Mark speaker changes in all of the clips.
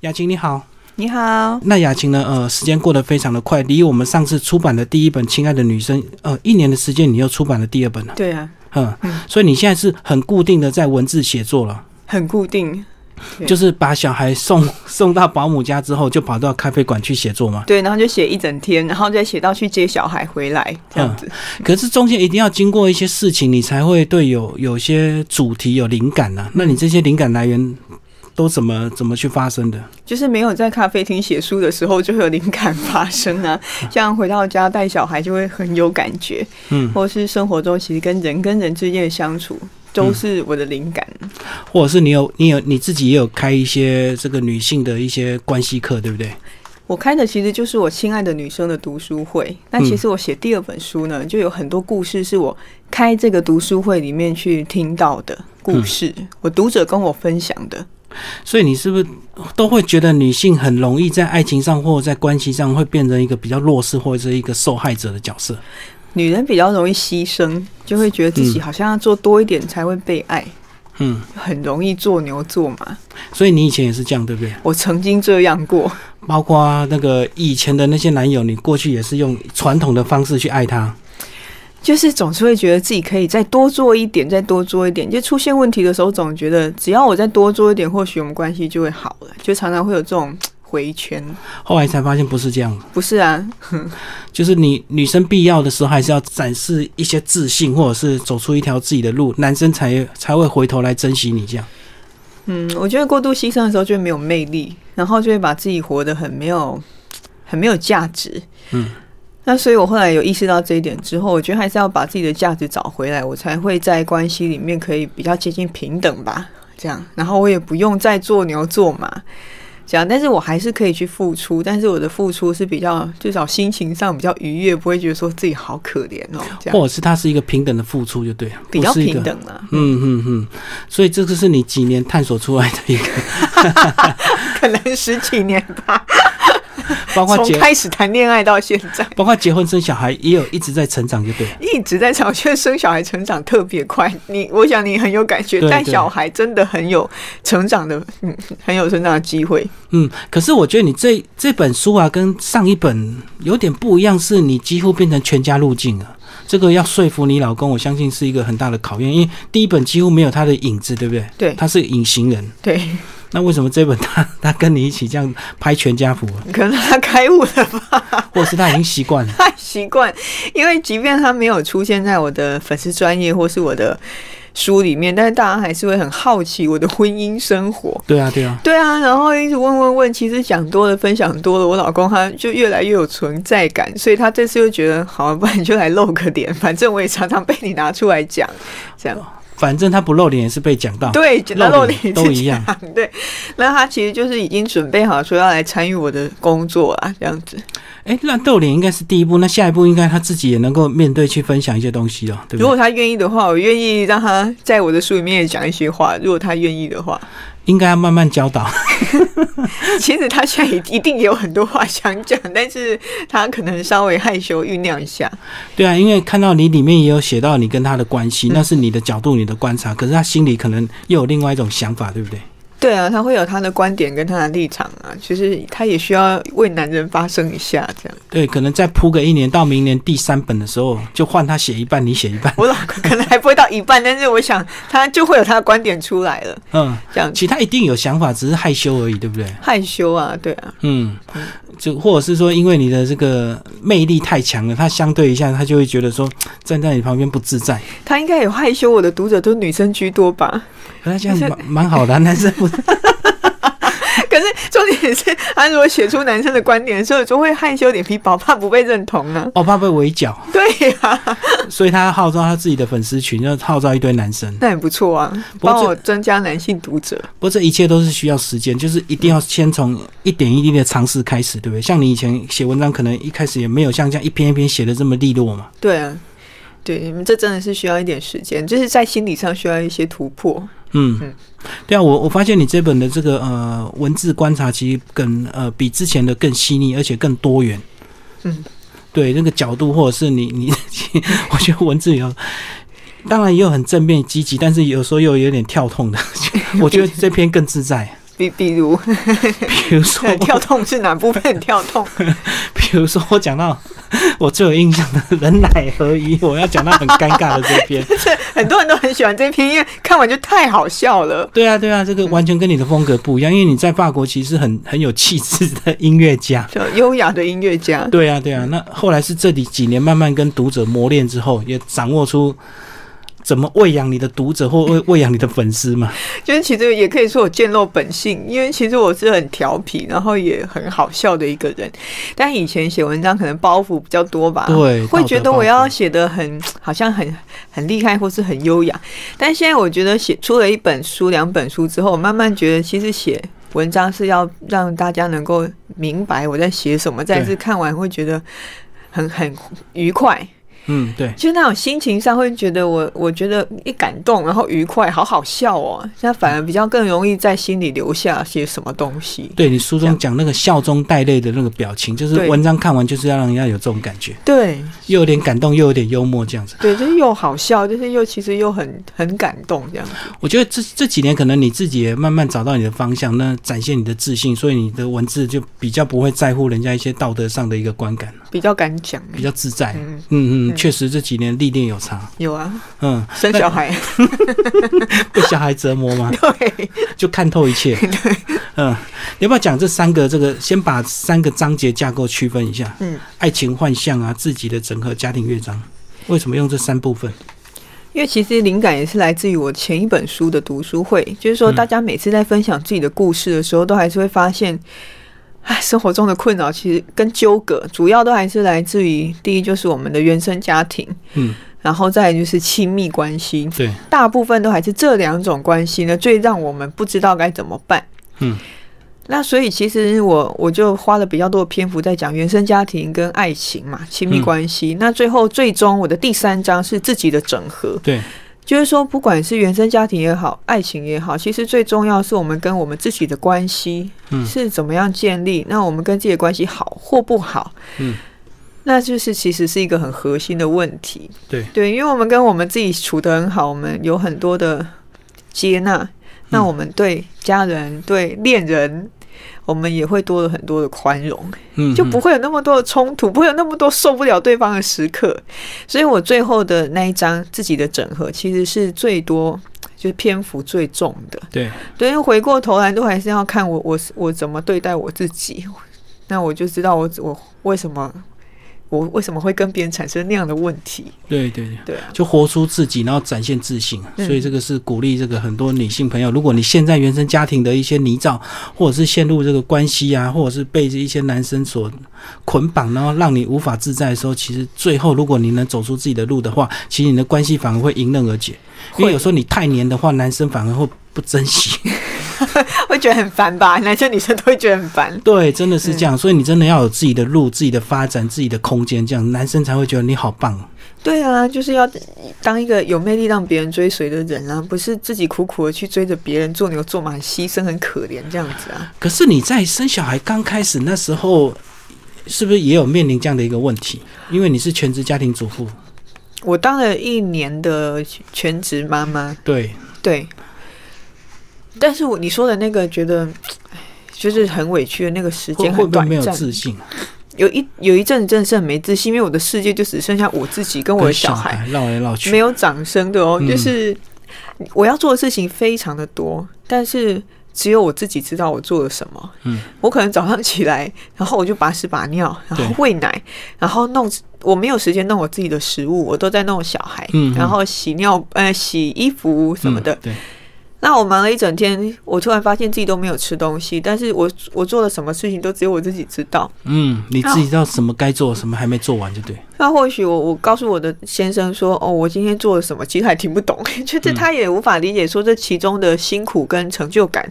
Speaker 1: 雅琴你好，
Speaker 2: 你好，
Speaker 1: 那雅琴呢？呃，时间过得非常的快，离我们上次出版的第一本《亲爱的女生》呃一年的时间，你又出版了第二本了，
Speaker 2: 对啊，
Speaker 1: 嗯，
Speaker 2: 嗯
Speaker 1: 所以你现在是很固定的在文字写作了，
Speaker 2: 很固定，对
Speaker 1: 就是把小孩送送到保姆家之后，就跑到咖啡馆去写作嘛。
Speaker 2: 对，然后就写一整天，然后再写到去接小孩回来这样子，
Speaker 1: 可是中间一定要经过一些事情，你才会对有有些主题有灵感呐、那你这些灵感来源都怎么怎么去发生的？
Speaker 2: 就是没有在咖啡厅写书的时候就会有灵感发生啊，像回到家带小孩就会很有感觉，
Speaker 1: 嗯，
Speaker 2: 或是生活中其实跟人跟人之间的相处都是我的灵感，
Speaker 1: 或者是你有你有你自己也有开一些这个女性的一些关系课，对不对？
Speaker 2: 我开的其实就是我亲爱的女生的读书会。那其实我写第二本书呢，就有很多故事是我开这个读书会里面去听到的故事，我读者跟我分享的。
Speaker 1: 所以你是不是都会觉得女性很容易在爱情上或者在关系上会变成一个比较弱势或者是一个受害者的角色？
Speaker 2: 女人比较容易牺牲，就会觉得自己好像要做多一点才会被爱，
Speaker 1: 嗯，
Speaker 2: 很容易做牛做马。
Speaker 1: 所以你以前也是这样，对不对？
Speaker 2: 我曾经这样过，
Speaker 1: 包括那个以前的那些男友，你过去也是用传统的方式去爱他，
Speaker 2: 就是总是会觉得自己可以再多做一点，再多做一点。就出现问题的时候，总觉得只要我再多做一点，或许我们关系就会好了。就常常会有这种回圈。
Speaker 1: 后来才发现不是这样的。
Speaker 2: 不是啊，
Speaker 1: 就是你女生必要的时候，还是要展示一些自信，或者是走出一条自己的路，男生才才会回头来珍惜你这样。
Speaker 2: 嗯，我觉得过度牺牲的时候就会没有魅力，然后就会把自己活得很没有、很没有价值。
Speaker 1: 嗯，
Speaker 2: 那所以我后来有意识到这一点之后，我觉得还是要把自己的价值找回来，我才会在关系里面可以比较接近平等吧。这样，然后我也不用再做牛做马，这样，但是我还是可以去付出，但是我的付出是比较至少心情上比较愉悦，不会觉得说自己好可怜哦，这样
Speaker 1: 或者是他是一个平等的付出就对了，
Speaker 2: 比较
Speaker 1: 不是一个
Speaker 2: 平。等 啦。
Speaker 1: 嗯嗯嗯，所以这个是你几年探索出来的一个，
Speaker 2: 可能十几年吧，
Speaker 1: 包括
Speaker 2: 从
Speaker 1: 结
Speaker 2: 开始谈恋爱到现在。
Speaker 1: 包括结婚生小孩也有一直在成长就对了。
Speaker 2: 一直在吵，觉得生小孩成长特别快。你， 我想你很有感觉，
Speaker 1: 对
Speaker 2: 带
Speaker 1: 对
Speaker 2: 小孩真的很有成长的，嗯，很有成长的机会。
Speaker 1: 嗯，可是我觉得你这这本书啊，跟上一本有点不一样，是你几乎变成全家路径啊。这个要说服你老公，我相信是一个很大的考验，因为第一本几乎没有他的影子，对不对？
Speaker 2: 对
Speaker 1: 他是隐形人。
Speaker 2: 对，
Speaker 1: 那为什么这本他他跟你一起这样拍全家福、啊，
Speaker 2: 可能他开悟了吧，
Speaker 1: 或者是他已经习惯了？
Speaker 2: 太习惯。因为即便他没有出现在我的粉丝专业或是我的书里面，但是大家还是会很好奇我的婚姻生活。
Speaker 1: 对啊，对啊，
Speaker 2: 对啊，然后一直问问问，其实讲多了，分享多了，我老公他就越来越有存在感，所以他这次就觉得，好，不然你就来露个脸，反正我也常常被你拿出来讲，这样
Speaker 1: 反正他不露脸也是被讲到，
Speaker 2: 对，那
Speaker 1: 哦
Speaker 2: 露
Speaker 1: 露
Speaker 2: 脸
Speaker 1: 脸都一样。
Speaker 2: 是这样，对，那他其实就是已经准备好说要来参与我的工作啊，这样子，
Speaker 1: 哎、那露脸应该是第一步，那下一步应该他自己也能够面对去分享一些东西哦，对不对？
Speaker 2: 如果他愿意的话，我愿意让他在我的书里面也讲一些话，如果他愿意的话，
Speaker 1: 应该要慢慢教导。
Speaker 2: 其实他现在一一定也有很多话想讲，但是他可能稍微害羞酝酿一下，
Speaker 1: 对啊，因为看到你里面也有写到你跟他的关系，那是你的角度、你的观察，可是他心里可能又有另外一种想法，对不对？
Speaker 2: 对啊，他会有他的观点跟他的立场啊，其实他也需要为男人发声一下，这样。
Speaker 1: 对，可能再铺个一年，到明年第三本的时候，就换他写一半，你写一半。
Speaker 2: 我老公可能还不会到一半，但是我想他就会有他的观点出来了，
Speaker 1: 嗯，
Speaker 2: 这样
Speaker 1: 其实他一定有想法，只是害羞而已，对不对？
Speaker 2: 害羞啊，对啊，
Speaker 1: 嗯，就或者是说，因为你的这个魅力太强了，他相对一下，他就会觉得说站在你旁边不自在。
Speaker 2: 他应该有害羞。我的读者都是女生居多吧？
Speaker 1: 可他这样蛮蛮好的啊、男生不
Speaker 2: 可是重点是，他如果写出男生的观点的时候，就会害羞脸皮薄，怕不被认 同啊。
Speaker 1: 哦，怕被围剿，
Speaker 2: 对啊呀、
Speaker 1: 所以他号召他自己的粉丝群，要号召一堆男生。
Speaker 2: 那也不错啊，
Speaker 1: 不过
Speaker 2: 帮
Speaker 1: 这
Speaker 2: 我增加男性读者。
Speaker 1: 不过这一切都是需要时间，就是一定要先从一点一滴的尝试开始，对不对？像你以前写文章，可能一开始也没有像这样一篇一篇写的这么利落嘛。
Speaker 2: 对啊，对，你们这真的是需要一点时间，就是在心理上需要一些突破。
Speaker 1: 嗯
Speaker 2: 嗯，
Speaker 1: 对啊，我我发现你这本的这个呃文字观察，其实更呃比之前的更细腻，而且更多元。
Speaker 2: 嗯，
Speaker 1: 对，那个角度或者是你 你，我觉得文字有， 当然也有很正面积极，但是有时候又有点跳痛的。我觉得这篇更自在。
Speaker 2: 比比 如
Speaker 1: 比如说，
Speaker 2: 跳痛是哪部分跳痛？
Speaker 1: 比如说我讲到我最有印象的人来合一，我要讲到很尴尬的这篇。
Speaker 2: 很多人都很喜欢这篇，因为看完就太好笑了。
Speaker 1: 对啊，对啊，这个完全跟你的风格不一样，因为你在法国其实很 很有气质的音乐家。
Speaker 2: 就优雅的音乐家，
Speaker 1: 对啊，对啊。那后来是这里几年慢慢跟读者磨练之后，也掌握出怎么喂养你的读者或 喂喂养你的粉丝嘛。
Speaker 2: 就是其实也可以说我见露本性，因为其实我是很调皮，然后也很好笑的一个人。但以前写文章可能包袱比较多吧，
Speaker 1: 对
Speaker 2: 会觉得我
Speaker 1: 道德包
Speaker 2: 要
Speaker 1: 袱
Speaker 2: 写的很好像很很厉害或是很优雅。但现在我觉得写出了一本书、两本书之后，我慢慢觉得其实写。文章是要让大家能够明白我在写什么，再一次
Speaker 1: 对
Speaker 2: 看完会觉得很很愉快。
Speaker 1: 嗯，对。
Speaker 2: 就是那种心情上会觉得我，我觉得一感动，然后愉快，好好笑哦。那反而比较更容易在心里留下些什么东西。
Speaker 1: 对你书中
Speaker 2: 这样
Speaker 1: 讲那个笑中带泪的那个表情，就是
Speaker 2: 对
Speaker 1: 文章看完就是要让人家有这种感觉，
Speaker 2: 对
Speaker 1: 又有点感动，又有点幽默这样子。
Speaker 2: 对，就是又好笑，但是又其实又很很感动这样。
Speaker 1: 我觉得这这几年可能你自己也慢慢找到你的方向，那展现你的自信，所以你的文字就比较不会在乎人家一些道德上的一个观感，
Speaker 2: 比较敢讲。
Speaker 1: 比较自在。
Speaker 2: 嗯，
Speaker 1: 嗯
Speaker 2: 嗯
Speaker 1: 嗯，确实这几年历练有差。
Speaker 2: 有啊，
Speaker 1: 嗯，
Speaker 2: 生小孩，
Speaker 1: 被小孩折磨 吗？
Speaker 2: 对，
Speaker 1: 就看透一切。嗯，你要不要讲这三个？这个先把三个章节架构区分一下。
Speaker 2: 嗯，
Speaker 1: 爱情幻象啊，自己的整合家庭乐章，为什么用这三部分？
Speaker 2: 因为其实灵感也是来自于我前一本书的读书会，就是说
Speaker 1: 嗯
Speaker 2: 大家每次在分享自己的故事的时候，都还是会发现，唉，生活中的困扰其实跟纠葛，主要都还是来自于第一就是我们的原生家庭，
Speaker 1: 嗯，
Speaker 2: 然后再来就是亲密关系，
Speaker 1: 对，
Speaker 2: 大部分都还是这两种关系呢，最让我们不知道该怎么办。
Speaker 1: 嗯，
Speaker 2: 那所以其实我我就花了比较多的篇幅在讲原生家庭跟爱情嘛，亲密
Speaker 1: 嗯
Speaker 2: 关系。那最后最终我的第三章是自己的整合，
Speaker 1: 对，
Speaker 2: 就是说不管是原生家庭也好，爱情也好，其实最重要是我们跟我们自己的关系
Speaker 1: 嗯
Speaker 2: 是怎么样建立。那我们跟自己的关系好或不好，
Speaker 1: 嗯，
Speaker 2: 那就是其实是一个很核心的问题。
Speaker 1: 对
Speaker 2: 对，因为我们跟我们自己处得很好，我们有很多的接纳，
Speaker 1: 嗯
Speaker 2: 那我们对家人、对恋人，我们也会多了很多的宽容。
Speaker 1: 嗯，
Speaker 2: 就不会有那么多的冲突，不会有那么多受不了对方的时刻。所以我最后的那一张自己的整合，其实是最多就是篇幅最重的。
Speaker 1: 对，
Speaker 2: 对，因为回过头来都还是要看我我我怎么对待我自己，那我就知道我我为什么我为什么会跟别人产生那样的问题。
Speaker 1: 对对对。
Speaker 2: 对啊，
Speaker 1: 就活出自己，然后展现自信啊，
Speaker 2: 嗯
Speaker 1: 所以这个是鼓励这个很多女性朋友。如果你现在原生家庭的一些泥沼，或者是陷入这个关系啊，或者是被一些男生所捆绑，然后让你无法自在的时候，其实最后如果你能走出自己的路的话，其实你的关系反而会迎刃而解。因为
Speaker 2: 会
Speaker 1: 有时候你太黏的话，男生反而会不珍 惜。
Speaker 2: 会觉得很烦吧？男生女生都会觉得很烦。
Speaker 1: 对，真的是
Speaker 2: 嗯
Speaker 1: 这样。所以你真的要有自己的路、自己的发展、自己的空间，这样男生才会觉得你好棒。
Speaker 2: 对啊，就是要当一个有魅力让别人追随的人啊，不是自己苦苦的去追着别人做牛做马，很牺牲很可怜这样子啊。
Speaker 1: 可是你在生小孩刚开始那时候，是不是也有面临这样的一个问题？因为你是全职家庭主妇，
Speaker 2: 我当了一年的全职妈妈，
Speaker 1: 对，
Speaker 2: 对，但是我你说的那个觉得。就是很委屈的那个时
Speaker 1: 会
Speaker 2: 间
Speaker 1: 会
Speaker 2: 很
Speaker 1: 不会
Speaker 2: 短
Speaker 1: 没有
Speaker 2: 暂，
Speaker 1: 自信？
Speaker 2: 有一有一阵子真的是很没自信，因为我的世界就只剩下我自己跟我的
Speaker 1: 跟
Speaker 2: 小
Speaker 1: 小
Speaker 2: 孩，
Speaker 1: 孩绕来绕
Speaker 2: 没
Speaker 1: 去，
Speaker 2: 有掌声的哦，
Speaker 1: 嗯
Speaker 2: 就是我要做的事情非常的多，但是只有我自己知道我做了什么。
Speaker 1: 嗯，
Speaker 2: 我可能早上起来，然后我就把屎把尿，然后
Speaker 1: 对
Speaker 2: 喂奶，然后弄，我没有时间弄我自己的食物，我都在弄小孩，
Speaker 1: 嗯嗯
Speaker 2: 然后洗尿呃洗衣服什么的。
Speaker 1: 嗯对，
Speaker 2: 那我忙了一整天，我突然发现自己都没有吃东西，但是我我做了什么事情都只有我自己知道。
Speaker 1: 嗯，你自己知道什么该做，什么还没做完，就对。
Speaker 2: 那或许我我告诉我的先生说，哦，我今天做了什么，其实还听不懂， 就是
Speaker 1: 嗯
Speaker 2: 他也无法理解说这其中的辛苦跟成就感，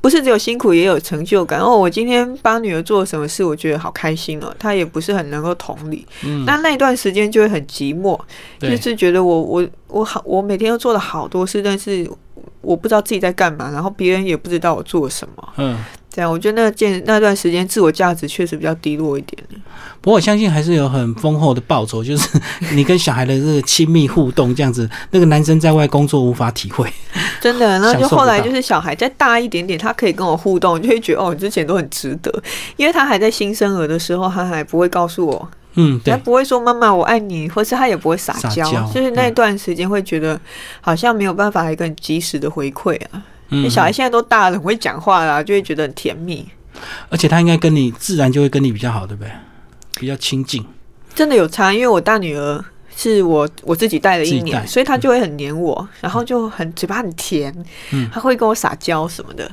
Speaker 2: 不是只有辛苦也有成就感。哦，我今天帮女儿做了什么事，我觉得好开心哦，他也不是很能够同理。
Speaker 1: 嗯，
Speaker 2: 那那一段时间就会很寂寞，就
Speaker 1: 对，
Speaker 2: 是觉得我我我好，我每天都做了好多事，但是我不知道自己在干嘛，然后别人也不知道我做了什么。
Speaker 1: 嗯，
Speaker 2: 这样，我觉得那件那段时间自我价值确实比较低落一点。
Speaker 1: 不过我相信还是有很丰厚的报酬，就是你跟小孩的这个亲密互动这样子，那个男生在外工作无法体 会。
Speaker 2: 真的，那
Speaker 1: 享
Speaker 2: 就
Speaker 1: 受不
Speaker 2: 后来
Speaker 1: 到
Speaker 2: 就是小孩再大一点点，他可以跟我互动，就会觉得哦，之前都很值得，因为他还在新生儿的时候，他还不会告诉我，
Speaker 1: 嗯，
Speaker 2: 他
Speaker 1: 对，
Speaker 2: 不会说妈妈我爱你，或是他也不会撒
Speaker 1: 撒
Speaker 2: 娇，
Speaker 1: 娇
Speaker 2: 就是那段时间会觉得好像没有办法一个很及时的回馈啊。因为
Speaker 1: 嗯，
Speaker 2: 小孩现在都大了，很会讲话啦、就会觉得很甜蜜。
Speaker 1: 嗯而且他应该跟你自然就会跟你比较好，对不对？比较亲近，
Speaker 2: 真的有差，因为我大女儿是我我自己带了一
Speaker 1: 自己带嗯
Speaker 2: 年，所以她就会很黏我，然后就很嘴巴很甜，她会跟我撒娇什么的，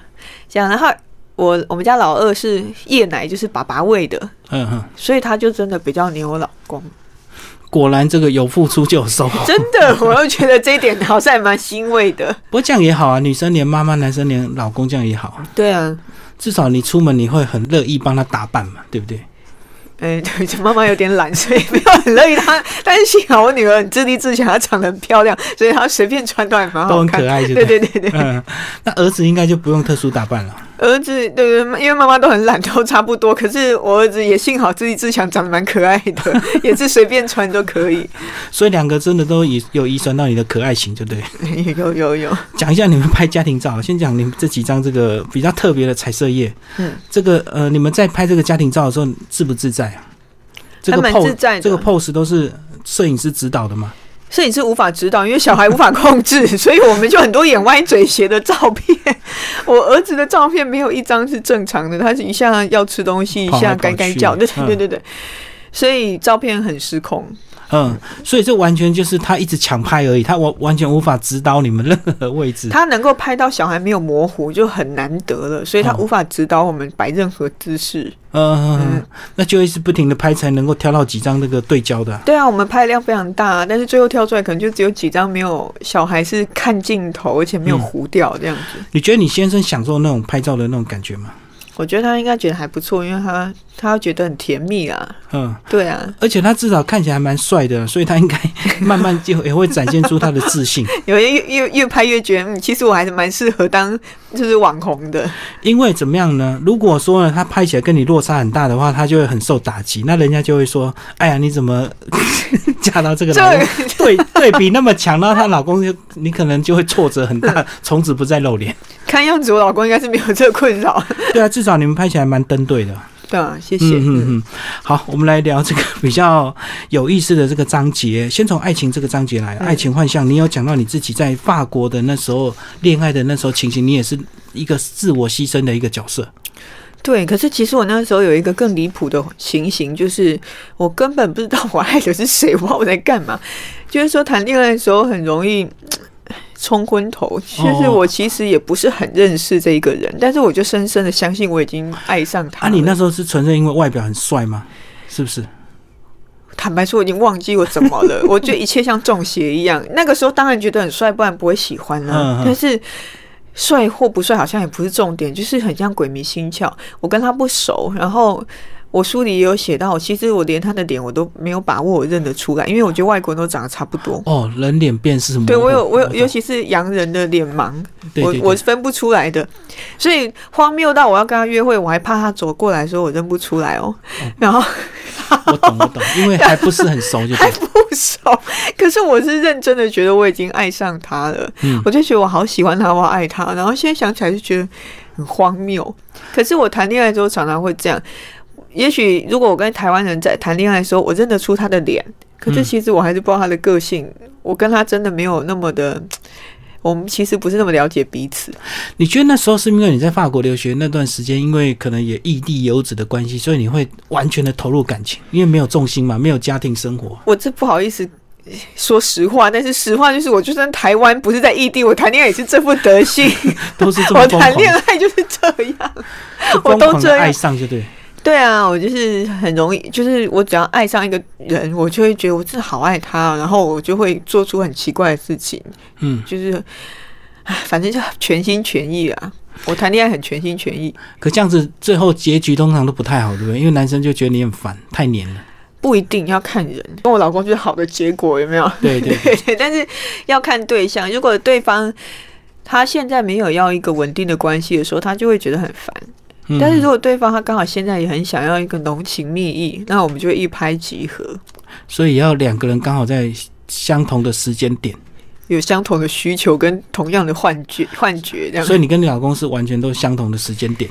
Speaker 2: 这样。然后我我们家老二是夜奶，就是爸爸喂的，
Speaker 1: 嗯哼，
Speaker 2: 所以他就真的比较黏我老公。
Speaker 1: 果然这个有付出就有收 获。
Speaker 2: 真的，我又觉得这一点好像还蛮欣慰的。
Speaker 1: 不过这样也好啊，女生连妈妈，男生连老公，这样也好啊。
Speaker 2: 对啊，
Speaker 1: 至少你出门你会很乐意帮他打扮嘛，对不 对？
Speaker 2: 哎、对，这妈妈有点懒，所以没有很乐意她。但是幸好我女儿很自立自强，她长得很漂亮，所以她随便穿都还蛮
Speaker 1: 都
Speaker 2: 好
Speaker 1: 很
Speaker 2: 看。
Speaker 1: 可爱，就
Speaker 2: 对对对对。
Speaker 1: 嗯，那儿子应该就不用特殊打扮了。
Speaker 2: 儿子，对对，因为妈妈都很懒，都差不多。可是我儿子也幸好自立自强，长得蛮可爱 的，也是随便穿都可以。
Speaker 1: 所以两个真的都遗有遗传到你的可爱型，对不对？
Speaker 2: 有有有，
Speaker 1: 讲一下你们拍家庭照，先讲你们这几张这个比较特别的彩色页。
Speaker 2: 嗯，
Speaker 1: 这个呃，你们在拍这个家庭照的时候自不自在啊？这个
Speaker 2: 还蛮
Speaker 1: pose
Speaker 2: 自在的
Speaker 1: 这个 pose 都是摄影师指导的嘛？
Speaker 2: 摄影师无法指导，因为小孩无法控制， 所以我们就很多眼歪嘴斜的照片。我儿子的照片没有一张是正常的，他是一下要吃东西，一
Speaker 1: 跑来
Speaker 2: 下
Speaker 1: 跑
Speaker 2: 该该
Speaker 1: 去
Speaker 2: 叫，对
Speaker 1: 嗯
Speaker 2: 对对对对，所以照片很失控。
Speaker 1: 嗯，所以这完全就是他一直抢拍而已，他完完全无法指导你们任何位置。
Speaker 2: 他能够拍到小孩没有模糊就很难得了，所以他
Speaker 1: 哦
Speaker 2: 无法指导我们摆任何姿势。
Speaker 1: 嗯
Speaker 2: 嗯，
Speaker 1: 那就一直不停的拍才能够挑到几张那个对焦的啊、
Speaker 2: 对啊，我们拍量非常大，但是最后挑出来可能就只有几张没有小孩是看镜头，而且没有糊掉这样子。
Speaker 1: 你觉得你先生享受那种拍照的那种感觉吗？
Speaker 2: 我觉得他应该觉得还不错，因为他他觉得很甜蜜啊。
Speaker 1: 嗯，
Speaker 2: 对啊，
Speaker 1: 而且他至少看起来还蛮帅的，所以他应该慢慢就也会展现出他的自信。
Speaker 2: 有越越越拍越觉得，嗯，其实我还是蛮适合当就是网红的。
Speaker 1: 因为怎么样呢？如果说呢，他拍起来跟你落差很大的话，他就会很受打击。那人家就会说：“哎呀，你怎么 嫁到这个
Speaker 2: 这
Speaker 1: 老公？对 对比那么强，然后她老公就你可能就会挫折 很大，从此不再露脸。
Speaker 2: 看样子我老公应该是没有这个困扰。
Speaker 1: 对啊，至少你们拍起来蛮登对的。
Speaker 2: 对啊，谢谢。嗯
Speaker 1: 嗯嗯嗯，好，我们来聊这个比较有意思的这个章节。先从爱情这个章节来，
Speaker 2: 嗯
Speaker 1: 爱情幻象，你有讲到你自己在法国的那时候恋爱的那时候情形，你也是一个自我牺牲的一个角色。
Speaker 2: 对，可是其实我那时候有一个更离谱的情形，就是我根本不知道我爱的是谁，我不知道我在干嘛。就是说谈恋爱的时候很容易冲昏头，
Speaker 1: 哦
Speaker 2: 就是我其实也不是很认识这一个人，但是我就深深的相信我已经爱上他
Speaker 1: 啊，
Speaker 2: 了。
Speaker 1: 你那时候是纯粹因为外表很帅吗？是不是？
Speaker 2: 坦白说，我已经忘记我怎么 了，我觉得一切像中邪一样。那个时候当然觉得很帅，不然不会喜欢啦、
Speaker 1: 嗯嗯
Speaker 2: 但是帅或不帅好像也不是重点，就是很像鬼迷心窍。我跟他不熟，然后。我书里也有写到，其实我连他的脸我都没有把握我认得出来，因为我觉得外国人都长得差不多。
Speaker 1: 哦，人脸辨识什么？
Speaker 2: 对我有我有，尤
Speaker 1: 有，
Speaker 2: 其是洋人的脸盲，
Speaker 1: 对对
Speaker 2: 我我
Speaker 1: 对
Speaker 2: 是分不出来的，所以荒谬到我要跟他约会，我还怕他走过来说我认不出来哦。然后
Speaker 1: 我懂我懂，因为还不是很熟就对
Speaker 2: 还
Speaker 1: 了。
Speaker 2: 不熟， 可是我是认真的觉得我已经爱上他了，
Speaker 1: 嗯
Speaker 2: 我就觉得我好喜欢他，我好爱他，然后现在想起来就觉得很荒谬。可是我谈恋爱之后常常会这样，也许如果我跟台湾人在谈恋爱的时候，我认得出他的脸，可是
Speaker 1: 嗯
Speaker 2: 其实我还是不知道他的个性，我跟他真的没有那么的。我们其实不是那么了解彼此，
Speaker 1: 你觉得那时候是因为你在法国留学那段时间，因为可能也异地游子的关系，所以你会完全的投入感情，因为没有重心嘛，没有家庭生 活。
Speaker 2: 我这不好意思说实话，但是实话就是，我就算台湾不是在异地，我谈恋爱也是这副德性，
Speaker 1: 都 是这么
Speaker 2: 我
Speaker 1: 疯
Speaker 2: 谈
Speaker 1: 狂，
Speaker 2: 恋爱就是这样。
Speaker 1: 就疯狂的爱上就对。
Speaker 2: 对啊，我就是很容易，就是我只要爱上一个人，我就会觉得我真的好爱他，然后我就会做出很奇怪的事情，
Speaker 1: 嗯，
Speaker 2: 就是，唉，反正就全心全意啊。我谈恋爱很全心全意，
Speaker 1: 可这样子最后结局通常都不太好，对不对？因为男生就觉得你很烦，太黏了。
Speaker 2: 不一定要看人。跟我老公就是好的结果，有没有？
Speaker 1: 对对对，
Speaker 2: 对对，但是要看对象。如果对方他现在没有要一个稳定的关系的时候，他就会觉得很烦。
Speaker 1: 嗯
Speaker 2: 但是如果对方他刚好现在也很想要一个浓情蜜意，那我们就一拍即合，
Speaker 1: 所以要两个人刚好在相同的时间点，
Speaker 2: 有相同的需求跟同样的幻 觉，幻觉这样。
Speaker 1: 所以你跟你老公是完全都相同的时间点，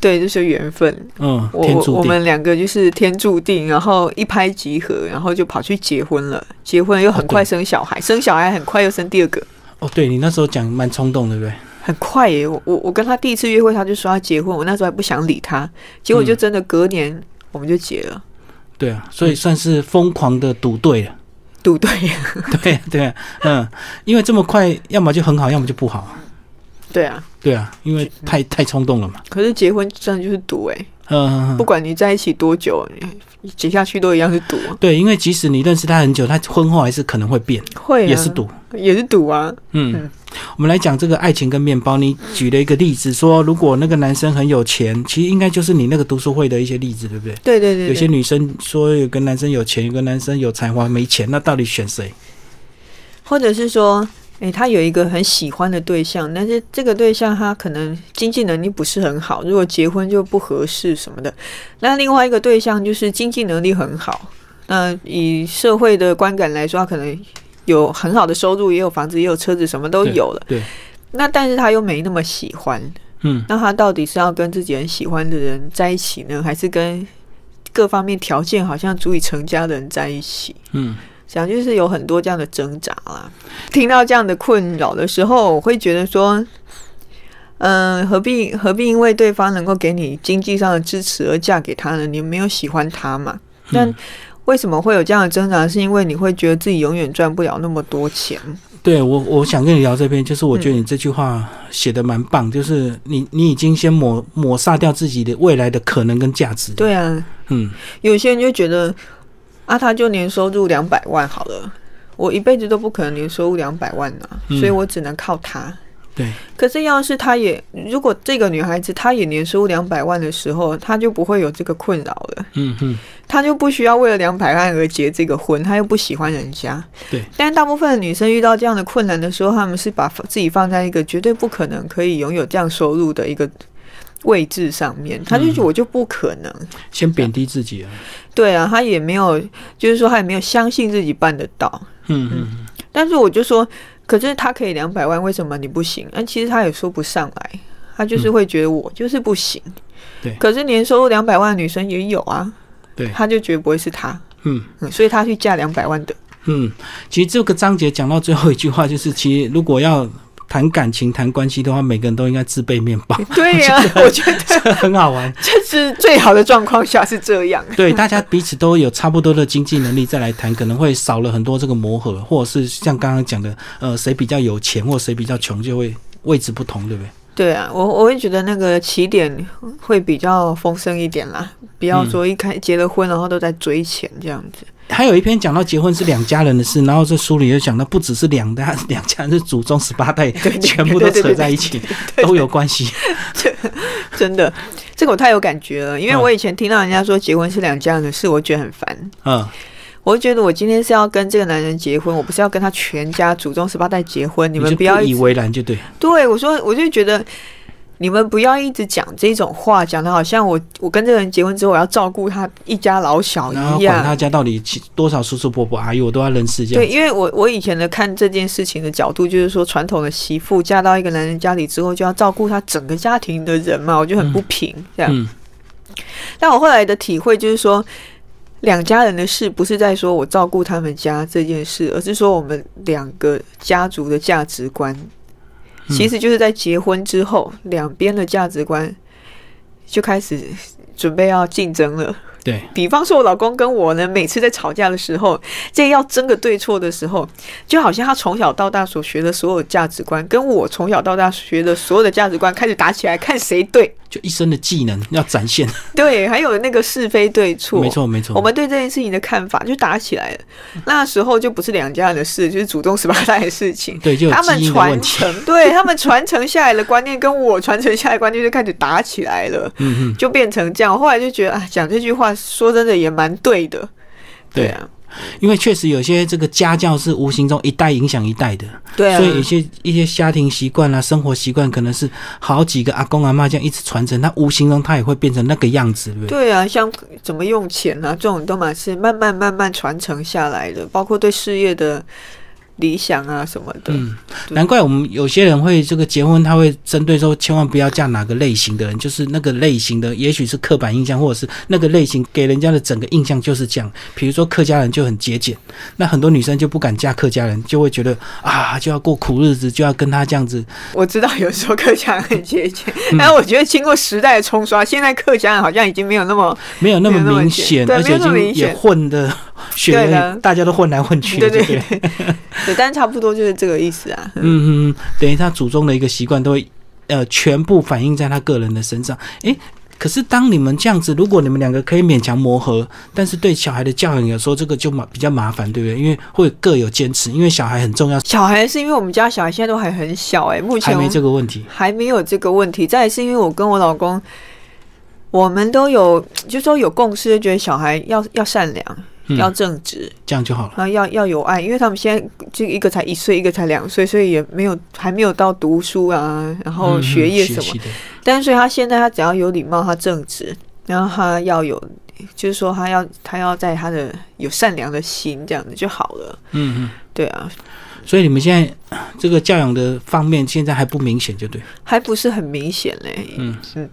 Speaker 2: 对，就是缘分。
Speaker 1: 嗯，
Speaker 2: 我
Speaker 1: 天
Speaker 2: 我
Speaker 1: 注
Speaker 2: 我
Speaker 1: 定。
Speaker 2: 们两个就是天注定，然后一拍即合，然后就跑去结婚了。结婚又很
Speaker 1: 哦
Speaker 2: 快
Speaker 1: 对
Speaker 2: 生小 孩，生小孩很快又生第二个，
Speaker 1: 哦，对你那时候讲蛮冲动，对不对？
Speaker 2: 很快耶！我我我跟他第一次约会，他就说要结婚，我那时候还不想理他，结果就真的隔年我们就结了，
Speaker 1: 对啊，所以算是疯狂的赌对了。
Speaker 2: 赌对
Speaker 1: 对啊对啊，嗯，因为这么快，要么就很好，要么就不好啊。
Speaker 2: 对啊。
Speaker 1: 对啊，因为太太冲动了嘛。
Speaker 2: 可是结婚真的就是赌哎，
Speaker 1: 嗯，
Speaker 2: 不管你在一起多久，你结下去都一样是赌啊，
Speaker 1: 对，因为即使你认识他很久，他婚后还是可能会变，
Speaker 2: 会啊
Speaker 1: 也是，赌。
Speaker 2: 也是赌啊。
Speaker 1: 嗯
Speaker 2: 嗯，
Speaker 1: 我们来讲这个爱情跟面包。你举了一个例子，说如果那个男生很有钱，其实应该就是你那个读书会的一些例子，对不对？
Speaker 2: 对对对，
Speaker 1: 有些
Speaker 2: 对
Speaker 1: 女生说有个男生有钱，有个男生有才华没钱，那到底选谁？
Speaker 2: 或者是说。诶，他有一个很喜欢的对象，但是这个对象他可能经济能力不是很好，如果结婚就不合适什么的。那另外一个对象就是经济能力很好，那以社会的观感来说，他可能有很好的收入，也有房子，也有车子，什么都有了。
Speaker 1: 对，
Speaker 2: 那但是他又没那么喜欢，
Speaker 1: 嗯，
Speaker 2: 那他到底是要跟自己很喜欢的人在一起呢，还是跟各方面条件好像足以成家的人在一起？
Speaker 1: 嗯，
Speaker 2: 想就是有很多这样的挣扎啦。听到这样的困扰的时候，我会觉得说，嗯、何必何必因为对方能够给你经济上的支持而嫁给他呢？你没有喜欢他嘛？那为什么会有这样的挣扎？是因为你会觉得自己永远赚不了那么多钱。
Speaker 1: 对我我想跟你聊这边，就是我
Speaker 2: 嗯
Speaker 1: 觉得你这句话写的蛮棒，就是你你已经先抹抹杀掉自己的未来的可能跟价值。，
Speaker 2: 对啊，
Speaker 1: 嗯，
Speaker 2: 有些人就觉得啊，他就年收入两百万好了，我一辈子都不可能年收入两百万呐、
Speaker 1: 嗯
Speaker 2: 所以我只能靠他。
Speaker 1: 对，
Speaker 2: 可是要是他也，如果这个女孩子她也年收入两百万的时候，她就不会有这个困扰了，
Speaker 1: 嗯嗯，
Speaker 2: 她就不需要为了两百万而结这个婚，她又不喜欢人家。
Speaker 1: 对。
Speaker 2: 但大部分的女生遇到这样的困难的时候，她们是把自己放在一个绝对不可能可以拥有这样收入的一个位置上面，她就觉得我就不可能。
Speaker 1: 先贬低自己啊。
Speaker 2: 对啊，她也没有，就是说她也没有相信自己办得到。
Speaker 1: 嗯嗯，
Speaker 2: 但是我就说，可是他可以两百万，为什么你不行？那、其实他也说不上来，他就是会觉得我就是不行。
Speaker 1: 对
Speaker 2: 可是年收入两百万的女生也有啊，
Speaker 1: 对
Speaker 2: 他就觉得不会是他，
Speaker 1: 嗯。
Speaker 2: 嗯，所以他去嫁两百万的，
Speaker 1: 嗯，其实这个章节讲到最后一句话，就是其实如果要谈感情、谈关系的话，每个人都应该自备面包，
Speaker 2: 对呀、 我觉得
Speaker 1: 这很好玩。
Speaker 2: 这是最好的状况下是这样，
Speaker 1: 对，大家彼此都有差不多的经济能力再来谈，可能会少了很多这个磨合，或者是像刚刚讲的，呃，谁比较有钱或谁比较穷，就会位置不同，对不对？
Speaker 2: 对啊，我我会觉得那个起点会比较丰盛一点啦，不要说一开结了婚然后都在追钱这样子，
Speaker 1: 还有一篇讲到结婚是两家人的事，然后这书里又讲到不只是两代，两家人是祖宗十八代，
Speaker 2: 对对
Speaker 1: 全部都扯在一起，都有关系。
Speaker 2: 真的，这个我太有感觉了，因为
Speaker 1: 嗯
Speaker 2: 我以前听到人家说结婚是两家人的事，我觉得很烦。
Speaker 1: 嗯，
Speaker 2: 我就觉得我今天是要跟这个男人结婚，我不是要跟他全家祖宗十八代结婚。你
Speaker 1: 你
Speaker 2: 们
Speaker 1: 就
Speaker 2: 不要
Speaker 1: 不
Speaker 2: 一
Speaker 1: 以
Speaker 2: 直
Speaker 1: 为然就对。
Speaker 2: 对我说，我就觉得你们不要一直讲这种话，讲的好像我我跟这个人结婚之后，我要照顾他一家老小
Speaker 1: 然后
Speaker 2: 一
Speaker 1: 管他
Speaker 2: 样。
Speaker 1: 家到底几多少叔叔伯伯阿姨，我都要认识这样。
Speaker 2: 对，因为我我以前的看这件事情的角度，就是说传统的媳妇嫁到一个男人家里之后，就要照顾他整个家庭的人嘛，我就很不平、这样。
Speaker 1: 嗯，
Speaker 2: 但我后来的体会就是说，两家人的事不是在说我照顾他们家这件事，而是说我们两个家族的价值观，
Speaker 1: 嗯
Speaker 2: 其实就是在结婚之后，两边的价值观就开始准备要竞争了。
Speaker 1: 对，
Speaker 2: 比方说，我老公跟我呢，每次在吵架的时候，这要争个对错的时候，就好像他从小到大所学的所有价值观，跟我从小到大学的所有的价值观开始打起来，看谁对。
Speaker 1: 就一身的技能要展现，
Speaker 2: 对，还有那个是非对错，
Speaker 1: 没错没错。
Speaker 2: 我们对这件事情的看法就打起来了。
Speaker 1: 嗯
Speaker 2: 那时候就不是两家人的事，就是祖宗十八代的 事情。
Speaker 1: 对就有
Speaker 2: 他们
Speaker 1: 基因的
Speaker 2: 传
Speaker 1: 问题。
Speaker 2: 承，对他们传承下来的观念，跟我传承下来的观念就开始打起来了，
Speaker 1: 嗯嗯，
Speaker 2: 就变成这样。后来就觉得啊，讲这句话说真的也蛮对的。
Speaker 1: 对
Speaker 2: 啊，
Speaker 1: 因为确实有些这个家教是无形中一代影响一代的，
Speaker 2: 对啊
Speaker 1: 所，以有些一些家庭习惯啊、生活习惯，可能是好几个阿公阿妈这样一直传承，那无形中他也会变成那个样子，对不对？
Speaker 2: 对啊，像怎么用钱啊，这种都嘛是慢慢慢慢传承下来的，包括对事业的理想啊什么的。
Speaker 1: 嗯，
Speaker 2: 对
Speaker 1: 难怪我们有些人会这个结婚，他会针对说千万不要嫁哪个类型的人，就是那个类型的，也许是刻板印象，或者是那个类型给人家的整个印象就是这样。比如说客家人就很节俭，那很多女生就不敢嫁客家人，就会觉得啊就要过苦日子，就要跟他这样子。
Speaker 2: 我知道有时候客家人很节俭，
Speaker 1: 嗯
Speaker 2: 但我觉得经过时代的冲刷，现在客家人好像已经没有那么
Speaker 1: 没有那么
Speaker 2: 没有那么
Speaker 1: 明
Speaker 2: 简
Speaker 1: 显，
Speaker 2: 对
Speaker 1: 而且已
Speaker 2: 没有那么
Speaker 1: 经
Speaker 2: 明
Speaker 1: 也
Speaker 2: 显
Speaker 1: 混的血
Speaker 2: 对
Speaker 1: 缘
Speaker 2: 的，
Speaker 1: 大家都混来混去的，
Speaker 2: 对
Speaker 1: 不
Speaker 2: 对 对对，但差不多就是这个意思啊。
Speaker 1: 嗯嗯，嗯等于他祖宗的一个习惯都会，呃，全部反映在他个人的身上。诶，可是当你们这样子，如果你们两个可以勉强磨合，但是对小孩的教养有时候这个就麻比较麻烦，对不对？因为会各有坚持，因为小孩很重要，
Speaker 2: 小孩是因为我们家小孩现在都还很小哎、目前
Speaker 1: 还
Speaker 2: 我
Speaker 1: 没
Speaker 2: 们
Speaker 1: 这个问题。
Speaker 2: 还没有这个问题。再来是因为我跟我老公，我们都有就说有共识，就觉得小孩要要善良，
Speaker 1: 嗯
Speaker 2: 要正直，
Speaker 1: 这样就好了。
Speaker 2: 然后要要有爱，因为他们现在就一个才一岁，一个才两岁，所以也没有还没有到读书啊，然后
Speaker 1: 嗯
Speaker 2: 学业
Speaker 1: 嗯
Speaker 2: 什么。
Speaker 1: 习的
Speaker 2: 但是所以他现在他只要有礼貌，他正直，然后他要有，就是说他要他要在他的有善良的心这样子就好了。
Speaker 1: 嗯嗯，
Speaker 2: 对啊，
Speaker 1: 所以你们现在呃这个教养的方面现在还不明显，就对。
Speaker 2: 还不是很明显嘞。
Speaker 1: 嗯
Speaker 2: 嗯，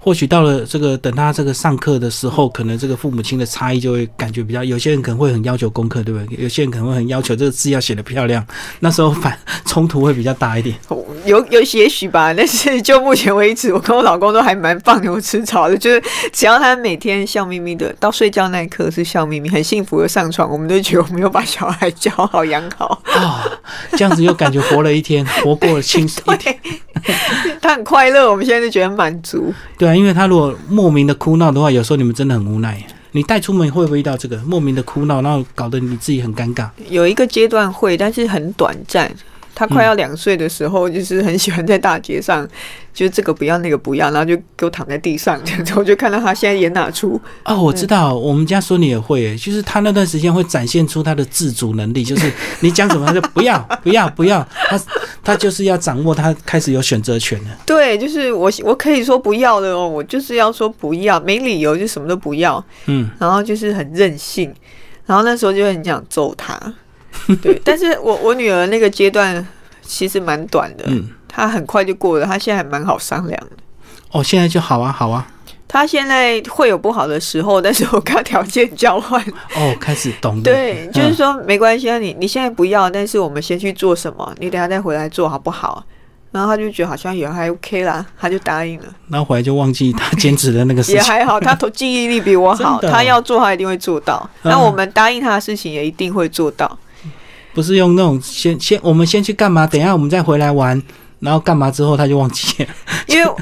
Speaker 1: 或许到了这个等他这个上课的时候，可能这个父母亲的差异就会感觉比较，有些人可能会很要求功课，对不对？有些人可能会很要求这个字要写得漂亮，那时候反冲突会比较大一点。
Speaker 2: 我哦有有些许吧，但是就目前为止，我跟我老公都还蛮放牛吃草的，就是只要他每天笑眯眯的，到睡觉那一刻是笑眯眯，很幸福的上床，我们都觉得我们有把小孩教好养好。
Speaker 1: 啊、这样子又感觉活了一天，活过了轻松一天。
Speaker 2: 对，他很快乐，我们现在就觉得很满足。
Speaker 1: 对啊，因为他如果莫名的哭闹的话，有时候你们真的很无奈。你带出门会不会遇到这个莫名的哭闹，然后搞得你自己很尴尬？
Speaker 2: 有一个阶段会，但是很短暂。他快要两岁的时候，就是很喜欢在大街上， 就这个不要那个不要，然后就给我躺在地上 这样子。我就看到他现在演哪出，
Speaker 1: 哦，我知道，我们家孙女也会耶，就是她那段时间会展现出她的自主能力，就是你讲什么，她就不要， 不要，不要，她她就是要掌握，她开始有选择权了。
Speaker 2: 对，就是我我可以说不要的哦，我就是要说不要，没理由就什么都不要，
Speaker 1: 嗯，
Speaker 2: 然后就是很任性，然后那时候就很想揍他。对，但是我我女儿那个阶段其实蛮短的，
Speaker 1: 嗯
Speaker 2: 她很快就过了，她现在还蛮好商量的。
Speaker 1: 哦，现在就好啊，好啊，
Speaker 2: 她现在会有不好的时候，但是我跟她条件 交换，
Speaker 1: 哦，开始懂了。
Speaker 2: 对，就是
Speaker 1: 嗯
Speaker 2: 说没关系啊，你你现在不要，但是我们先去做什么，你等下再回来做好不好？然后他就觉得好像也还 OK 啦，他就答应了，
Speaker 1: 然后回来就忘记她坚持的那个事
Speaker 2: 也
Speaker 1: 情。
Speaker 2: 还好。他头记忆力比我好，
Speaker 1: 真的哦
Speaker 2: 他要做他一定会做到。
Speaker 1: 嗯
Speaker 2: 那、我们答应他的事情也一定会做 到。
Speaker 1: 不是用那种先先我们先去干嘛，等一下我们再回来玩，然后干嘛之后她就忘记 了。
Speaker 2: 因为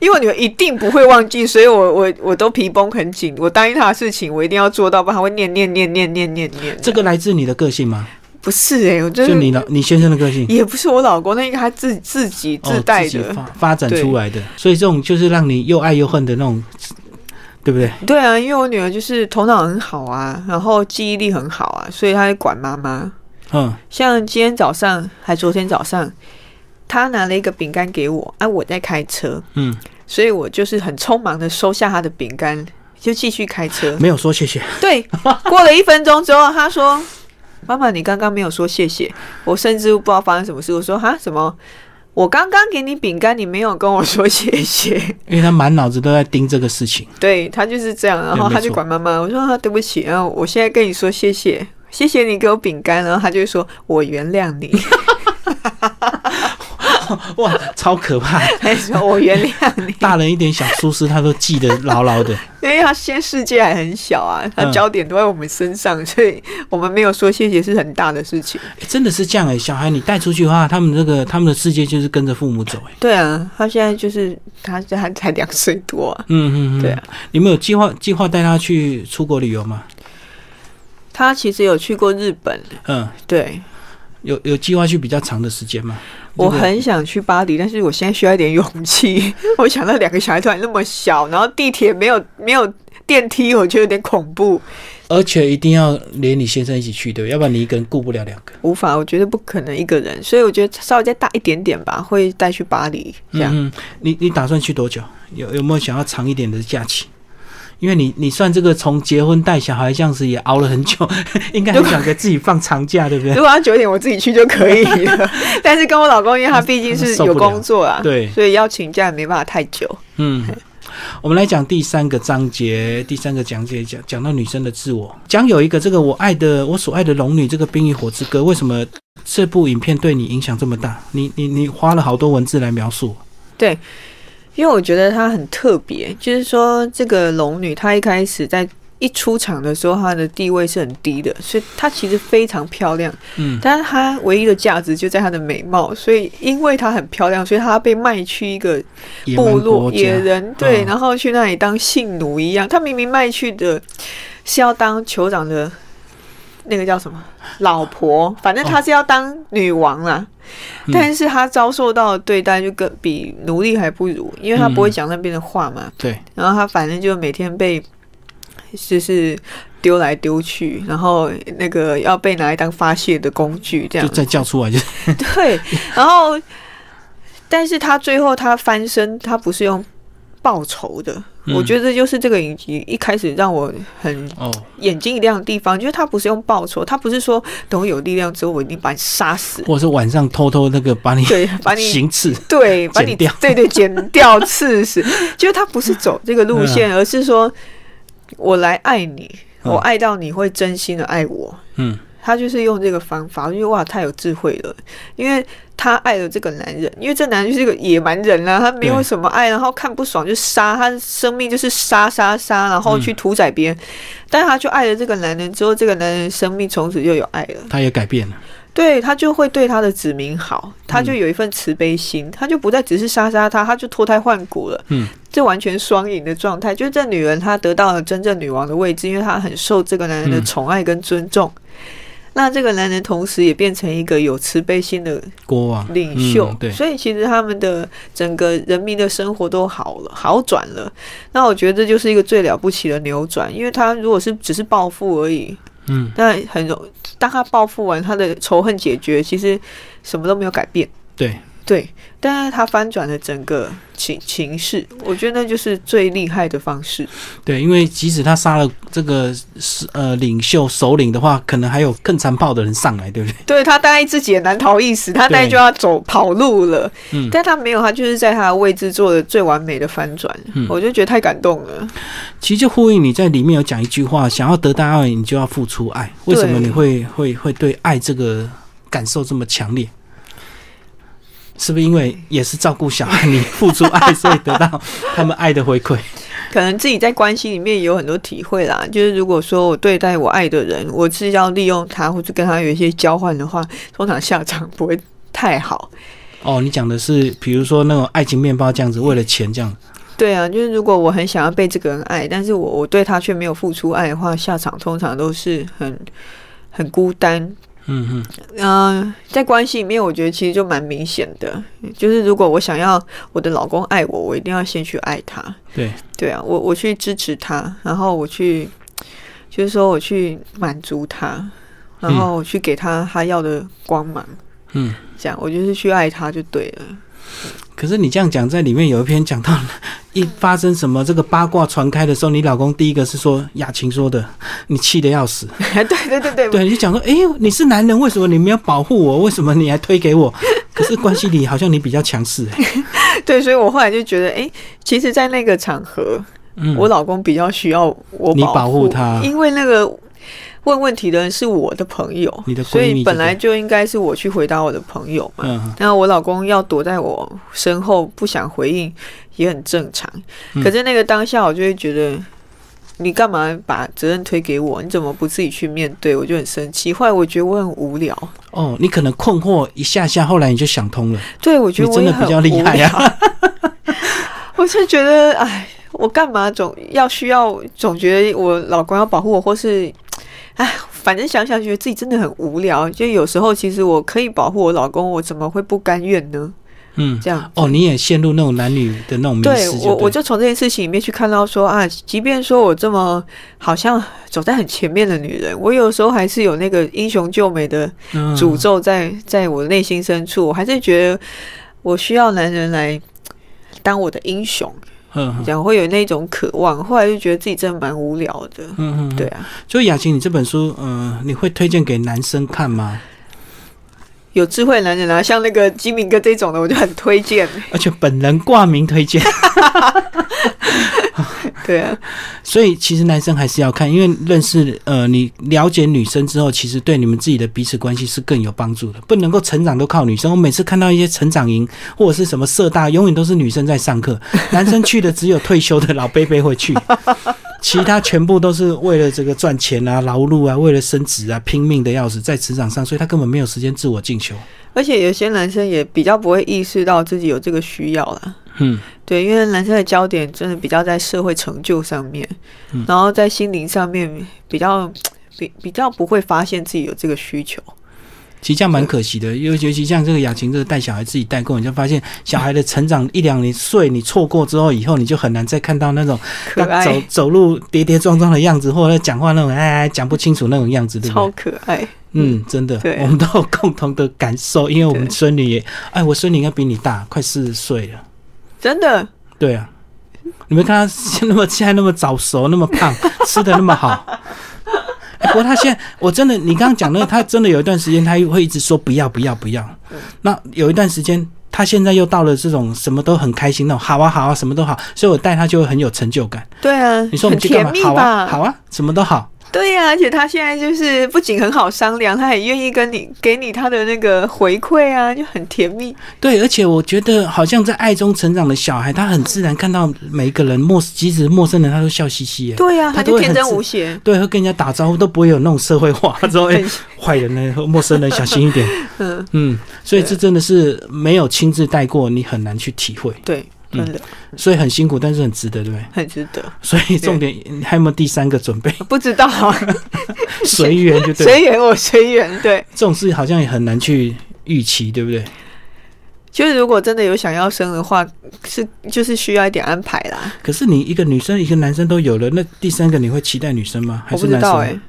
Speaker 2: 因为我女儿一定不会忘记，所以我我我都皮绷很紧。我答应他的事情，我一定要做到，不然她会念念念念念念念。
Speaker 1: 这个来自你的个性吗？
Speaker 2: 不是诶、我真
Speaker 1: 就
Speaker 2: 的
Speaker 1: 你老你先生的个 性。
Speaker 2: 也不是我老公，那个他自自己
Speaker 1: 哦
Speaker 2: 自带
Speaker 1: 自
Speaker 2: 的
Speaker 1: 己。发发展出来的，所以这种就是让你又爱又恨的那种，对不对？
Speaker 2: 对啊，因为我女儿就是头脑很好啊，然后记忆力很好啊，所以她会管妈妈。
Speaker 1: 嗯，
Speaker 2: 像今天早上还昨天早上，她拿了一个饼干给我，啊，我在开车，
Speaker 1: 嗯，
Speaker 2: 所以我就是很匆忙的收下她的饼干，就继续开车。
Speaker 1: 没有说谢谢，
Speaker 2: 对，过了一分钟之后，她说：“妈妈，你刚刚没有说谢谢。”我甚至不知道发生什么事，我说：“哈，什么？我刚刚给你饼干，你没有跟我说谢谢。”
Speaker 1: 因为他满脑子都在盯这个事情。
Speaker 2: 对他就是这样，然后
Speaker 1: 没
Speaker 2: 他就
Speaker 1: 错
Speaker 2: 管妈妈。我说啊，对不起，然后我现在跟你说谢谢，谢谢你给我饼干，然后他就会说我原谅你，
Speaker 1: 哇，超可怕！
Speaker 2: 还说我原谅你，
Speaker 1: 大人一点小疏失，他都记得牢牢的。
Speaker 2: 因为他现在世界还很小啊，他
Speaker 1: 嗯
Speaker 2: 焦点都在我们身上，所以我们没有说谢谢是很大的事情。
Speaker 1: 诶真的是这样 哎、小孩你带出去的话，他们这个他们的世界就是跟着父母走哎、
Speaker 2: 对啊，他现在就是他他才两岁多啊，
Speaker 1: 嗯嗯嗯，
Speaker 2: 对啊。
Speaker 1: 你们有计划计划带他去出国旅游吗？
Speaker 2: 他其实有去过日本，
Speaker 1: 嗯，
Speaker 2: 对
Speaker 1: 有有计划去比较长的时间吗？
Speaker 2: 我
Speaker 1: 这个
Speaker 2: 很想去巴黎，但是我现在需要一点勇气。 我想到两个小孩突然那么小，然后地铁没有没有电梯，我觉得有点恐怖。
Speaker 1: 而且一定要连你先生一起去，对不对？要不然你一个人顾不了两个。
Speaker 2: 无法，我觉得不可能一个人，所以我觉得稍微再大一点点吧，会带去巴黎这样。
Speaker 1: 嗯嗯，你你打算去多久？有有没有想要长一点的假期？因为你你算这个从结婚带小孩这样子也熬了很久， 应该很想给自己放长假，对不对？
Speaker 2: 如果要九点我自己去就可以了， 但是跟我老公，因为他毕竟是有工作啊，
Speaker 1: 对，
Speaker 2: 所以要请假也没办法太久。
Speaker 1: 嗯，我们来讲第三个章节，第三个讲解讲讲到女生的自我，讲有一个这个我爱的我所爱的龙女这个《冰与火之歌》，为什么这部影片对你影响这么大？你你你花了好多文字来描述，
Speaker 2: 对，因为我觉得她很特别，就是说这个龙女她一开始在一出场的时候，她的地位是很低的，所以她其实非常漂亮，
Speaker 1: 嗯，
Speaker 2: 但是她唯一的价值就在她的美貌，所以因为她很漂亮，所以她被卖去一个
Speaker 1: 野蛮
Speaker 2: 部落
Speaker 1: 国家
Speaker 2: 野人，对，
Speaker 1: 嗯
Speaker 2: 然后去那里当性奴一样。他明明卖去的是要当酋长的那个叫什么老婆，反正他是要当女王啦。
Speaker 1: 嗯
Speaker 2: 但是他遭受到的对待就跟比奴隶还不如，因为他不会讲那边的话嘛。
Speaker 1: 对，
Speaker 2: 然后他反正就每天被就是丢来丢去，然后那个要被拿来当发泄的工具，这样
Speaker 1: 就再叫出来就是
Speaker 2: 对，然后，但是他最后他翻身，他不是用报仇的。
Speaker 1: 嗯
Speaker 2: 我觉得就是这个影集一开始让我很
Speaker 1: 哦，
Speaker 2: 眼睛一亮的地方，就是他不是用报仇，他不是说等我有力量之后我一定把你杀死，
Speaker 1: 或者是晚上偷偷那个把你
Speaker 2: 对，把你
Speaker 1: 行刺，
Speaker 2: 对，把
Speaker 1: 剪
Speaker 2: 你
Speaker 1: 掉
Speaker 2: 对对剪掉刺死，就是他不是走这个路线，而是说我来爱你，
Speaker 1: 嗯
Speaker 2: 我爱到你会真心的爱我。
Speaker 1: 嗯，
Speaker 2: 他就是用这个方法，因为哇，太有智慧了，因为他爱了这个男人，因为这男人就是个野蛮人啊，他没有
Speaker 1: 对
Speaker 2: 什么爱，然后看不爽就杀，他生命就是杀杀杀，然后去屠宰别人，但他就爱了这个男人之后，这个男人生命从此就有爱了。
Speaker 1: 他也改变了，
Speaker 2: 对他就会对他的子民
Speaker 1: 嗯
Speaker 2: 好，他就有一份慈悲心，他就不再只是杀杀他，他就脱胎换骨了。
Speaker 1: 嗯，
Speaker 2: 这完全双赢的状态，就是这女人她得到了真正女王的位置，因为她很受这个男人的
Speaker 1: 嗯
Speaker 2: 宠爱跟尊重。那这个男人同时也变成一个有慈悲心的
Speaker 1: 国王
Speaker 2: 领袖，
Speaker 1: 嗯对，
Speaker 2: 所以其实他们的整个人民的生活都好了，好转了。那我觉得这就是一个最了不起的扭转，因为他如果是只是暴富而已，
Speaker 1: 嗯，
Speaker 2: 那很容，当他暴富完，他的仇恨解决，其实什么都没有改变。
Speaker 1: 对，
Speaker 2: 对，但是他翻转了整个情情势，我觉得那就是最厉害的方式。
Speaker 1: 对，因为即使他杀了这个是呃领袖首领的话，可能还有更残暴的人上来，对不对？
Speaker 2: 对他大概自己也难逃一死，他大概
Speaker 1: 对
Speaker 2: 就要走跑路了。
Speaker 1: 嗯
Speaker 2: 但他没有，他就是在他的位置做的最完美的翻转，
Speaker 1: 嗯
Speaker 2: 我就觉得太感动了。
Speaker 1: 其实就呼应你在里面有讲一句话，想要得到爱，你就要付出爱。为什么
Speaker 2: 对
Speaker 1: 你会会会对爱这个感受这么强烈？是不是因为也是照顾小孩，你付出爱，所以得到他们爱的回馈？
Speaker 2: 可能自己在关系里面也有很多体会啦。就是如果说我对待我爱的人，我是要利用他或者跟他有一些交换的话，通常下场不会太好。
Speaker 1: 哦，你讲的是，比如说那种爱情面包这样子，为了钱这样，
Speaker 2: 对啊，就是如果我很想要被这个人爱，但是我我对他却没有付出爱的话，下场通常都是很很孤单。
Speaker 1: 嗯嗯，
Speaker 2: 嗯、在关系里面，我觉得其实就蛮明显的，就是如果我想要我的老公爱我，我一定要先去爱他。
Speaker 1: 对，
Speaker 2: 对啊，我我去支持他，然后我去，就是说我去满足他，然后我去给他他要的光芒，
Speaker 1: 嗯。
Speaker 2: 这样我就是去爱他就对了。
Speaker 1: 可是你这样讲，在里面有一篇讲到，一发生什么这个八卦传开的时候，你老公第一个是说雅琴说的，你气得要 死，
Speaker 2: 对对对对，
Speaker 1: 对，你就讲说，诶，你是男人，为什么你没有保护我？为什么你还推给 我？可是关系里好像你比较强势、欸，
Speaker 2: 对，所以我后来就觉得，哎、其实，在那个场合，
Speaker 1: 嗯，
Speaker 2: 我老公比较需要我
Speaker 1: 你保
Speaker 2: 护
Speaker 1: 护他
Speaker 2: 因为那个。问问题的人是我的朋友，
Speaker 1: 你的
Speaker 2: 所
Speaker 1: 闺蜜
Speaker 2: 以
Speaker 1: 就
Speaker 2: 本
Speaker 1: 对
Speaker 2: 来就应该是我去回答我的朋友嘛。
Speaker 1: 嗯，
Speaker 2: 那我老公要躲在我身后不想回应，也很正常。
Speaker 1: 嗯
Speaker 2: 可是那个当下，我就会觉得，你干嘛把责任推给我？你怎么不自己去面对？我就很生气。后来我觉得我很无聊，
Speaker 1: 哦，你可能困惑一下下，后来你就想通了，
Speaker 2: 对我觉得
Speaker 1: 你
Speaker 2: 我
Speaker 1: 真
Speaker 2: 也
Speaker 1: 的
Speaker 2: 很
Speaker 1: 比较厉害
Speaker 2: 啊。 我就觉得，哎，我干嘛总要需要，总觉得我老公要保护我，或是，哎，反正想想觉得自己真的很无聊。就有时候其实我可以保护我老公，我怎么会不甘愿呢？
Speaker 1: 嗯，
Speaker 2: 这样。
Speaker 1: 哦，你也陷入那种男女的那种迷
Speaker 2: 对
Speaker 1: 失，
Speaker 2: 我，我
Speaker 1: 就
Speaker 2: 就从这件事情里面去看到说啊，即便说我这么好像走在很前面的女人，我有时候还是有那个英雄救美的
Speaker 1: 嗯
Speaker 2: 诅咒在在我内心深处，我还是觉得我需要男人来当我的英雄，
Speaker 1: 嗯嗯
Speaker 2: 这样会有那种渴望。后来就觉得自己真的蛮无聊的，
Speaker 1: 嗯嗯，
Speaker 2: 对。啊，
Speaker 1: 就雅琴，你这本书，嗯、你会推荐给男生看吗？
Speaker 2: 有智慧的男人啊，像那个吉米哥这种的，我就很推荐。
Speaker 1: 而且本人挂名推荐，
Speaker 2: 对 啊，
Speaker 1: 所以其实男生还是要看，因为认识呃，你了解女生之后，其实对你们自己的彼此关系是更有帮助的。不能够成长都靠女生，我每次看到一些成长营或者是什么社大，永远都是女生在上课，男生去的只有退休的老伯伯会去。其他全部都是为了这个赚钱啊、劳碌啊、为了升职啊，拼命的要死在职场上，所以他根本没有时间自我进修。
Speaker 2: 而且有些男生也比较不会意识到自己有这个需要啦。
Speaker 1: 嗯，
Speaker 2: 对，因为男生的焦点真的比较在社会成就上面，
Speaker 1: 嗯
Speaker 2: 然后在心灵上面比较比比较不会发现自己有这个需求。
Speaker 1: 其实这样蛮可惜的，尤尤其像这个雅琴，这个带小孩自己代购，你就发现小孩的成长一两年岁，你错过之后，以后你就很难再看到那种
Speaker 2: 可
Speaker 1: 他走
Speaker 2: 爱，
Speaker 1: 走路跌跌撞撞的样子，或者讲话那种哎哎讲不清楚那种样子，对不
Speaker 2: 超
Speaker 1: 对？
Speaker 2: 可爱。
Speaker 1: 嗯，真的
Speaker 2: 对，
Speaker 1: 我们都有共同的感受，因为我们
Speaker 2: 对
Speaker 1: 孙女也，哎，我孙女应该比你大，快四十岁了，
Speaker 2: 真的，
Speaker 1: 对啊，你们看她现那么现在那么早熟，那么 胖，吃的那么好。哎不过她现在，我真的，你刚刚讲那个，她真的有一段时间，她会一直说不要不要不要。那有一段时间，她现在又到了这种什么都很开心那种，好啊好啊，什么都好，所以我带她就会很有成就感。
Speaker 2: 对啊，
Speaker 1: 你说我
Speaker 2: 很
Speaker 1: 们去干
Speaker 2: 甜
Speaker 1: 嘛
Speaker 2: 蜜？
Speaker 1: 好啊
Speaker 2: 吧？
Speaker 1: 好啊，什么都好。
Speaker 2: 对啊呀、而且他现在就是不仅很好商量，他也愿意跟你给你他的那个回馈啊，就很甜蜜。
Speaker 1: 对，而且我觉得好像在爱中成长的小孩，他很自然看到每一个人陌，即使陌生人，他都笑嘻嘻耶。
Speaker 2: 对呀、
Speaker 1: 他
Speaker 2: 他
Speaker 1: 都
Speaker 2: 就
Speaker 1: 会
Speaker 2: 天
Speaker 1: 很
Speaker 2: 真
Speaker 1: 自
Speaker 2: 无邪。
Speaker 1: 对，会跟人家打招呼都不会有那种社会 化，之后哎
Speaker 2: 很
Speaker 1: 坏人呢，陌生人小心一点。
Speaker 2: 嗯，
Speaker 1: 嗯，所以这真的是没有亲自带过，你很难去体会，
Speaker 2: 对，
Speaker 1: 嗯
Speaker 2: 真的、
Speaker 1: 所以很辛苦，但是很值得，对不对？
Speaker 2: 很值得。
Speaker 1: 所以重点还有没有第三个准 备？
Speaker 2: 不知道，啊
Speaker 1: 随缘 就对了。
Speaker 2: 随缘我随缘。对，
Speaker 1: 这种事好像也很难去预期，对不对？
Speaker 2: 就是如果真的有想要生的话，是就是需要一点安排啦。
Speaker 1: 可是你一个女生一个男生都有了，那第三个你会期待女生吗？还
Speaker 2: 我
Speaker 1: 是
Speaker 2: 不知
Speaker 1: 男
Speaker 2: 道
Speaker 1: 生？
Speaker 2: 哎、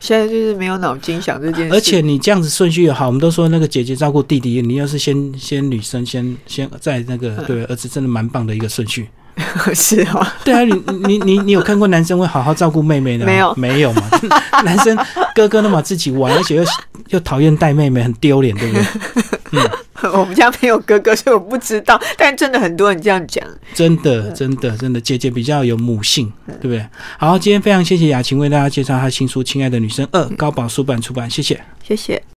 Speaker 2: 现在就是没有脑筋想这件事。
Speaker 1: 而且你这样子顺序也好，我们都说那个姐姐照顾弟弟，你要是先先女生先先在那个
Speaker 2: 嗯
Speaker 1: 对儿子，真的蛮棒的一个顺序。
Speaker 2: 是哦，
Speaker 1: 对啊，你你你你有看过男生会好好照顾妹妹的吗？
Speaker 2: 没有
Speaker 1: 没有嘛？男生哥哥那么自己玩，而且又又讨厌带妹妹，很丢脸，对不 对？
Speaker 2: 我们家没有哥哥，所以我不知道。但真的很多人这样讲。
Speaker 1: 真的真的真的，姐姐比较有母性，
Speaker 2: 嗯
Speaker 1: 对不对？好，今天非常谢谢雅琴为大家介绍她新书《亲爱的女生二》，高宝书版出版，谢谢。
Speaker 2: 谢谢。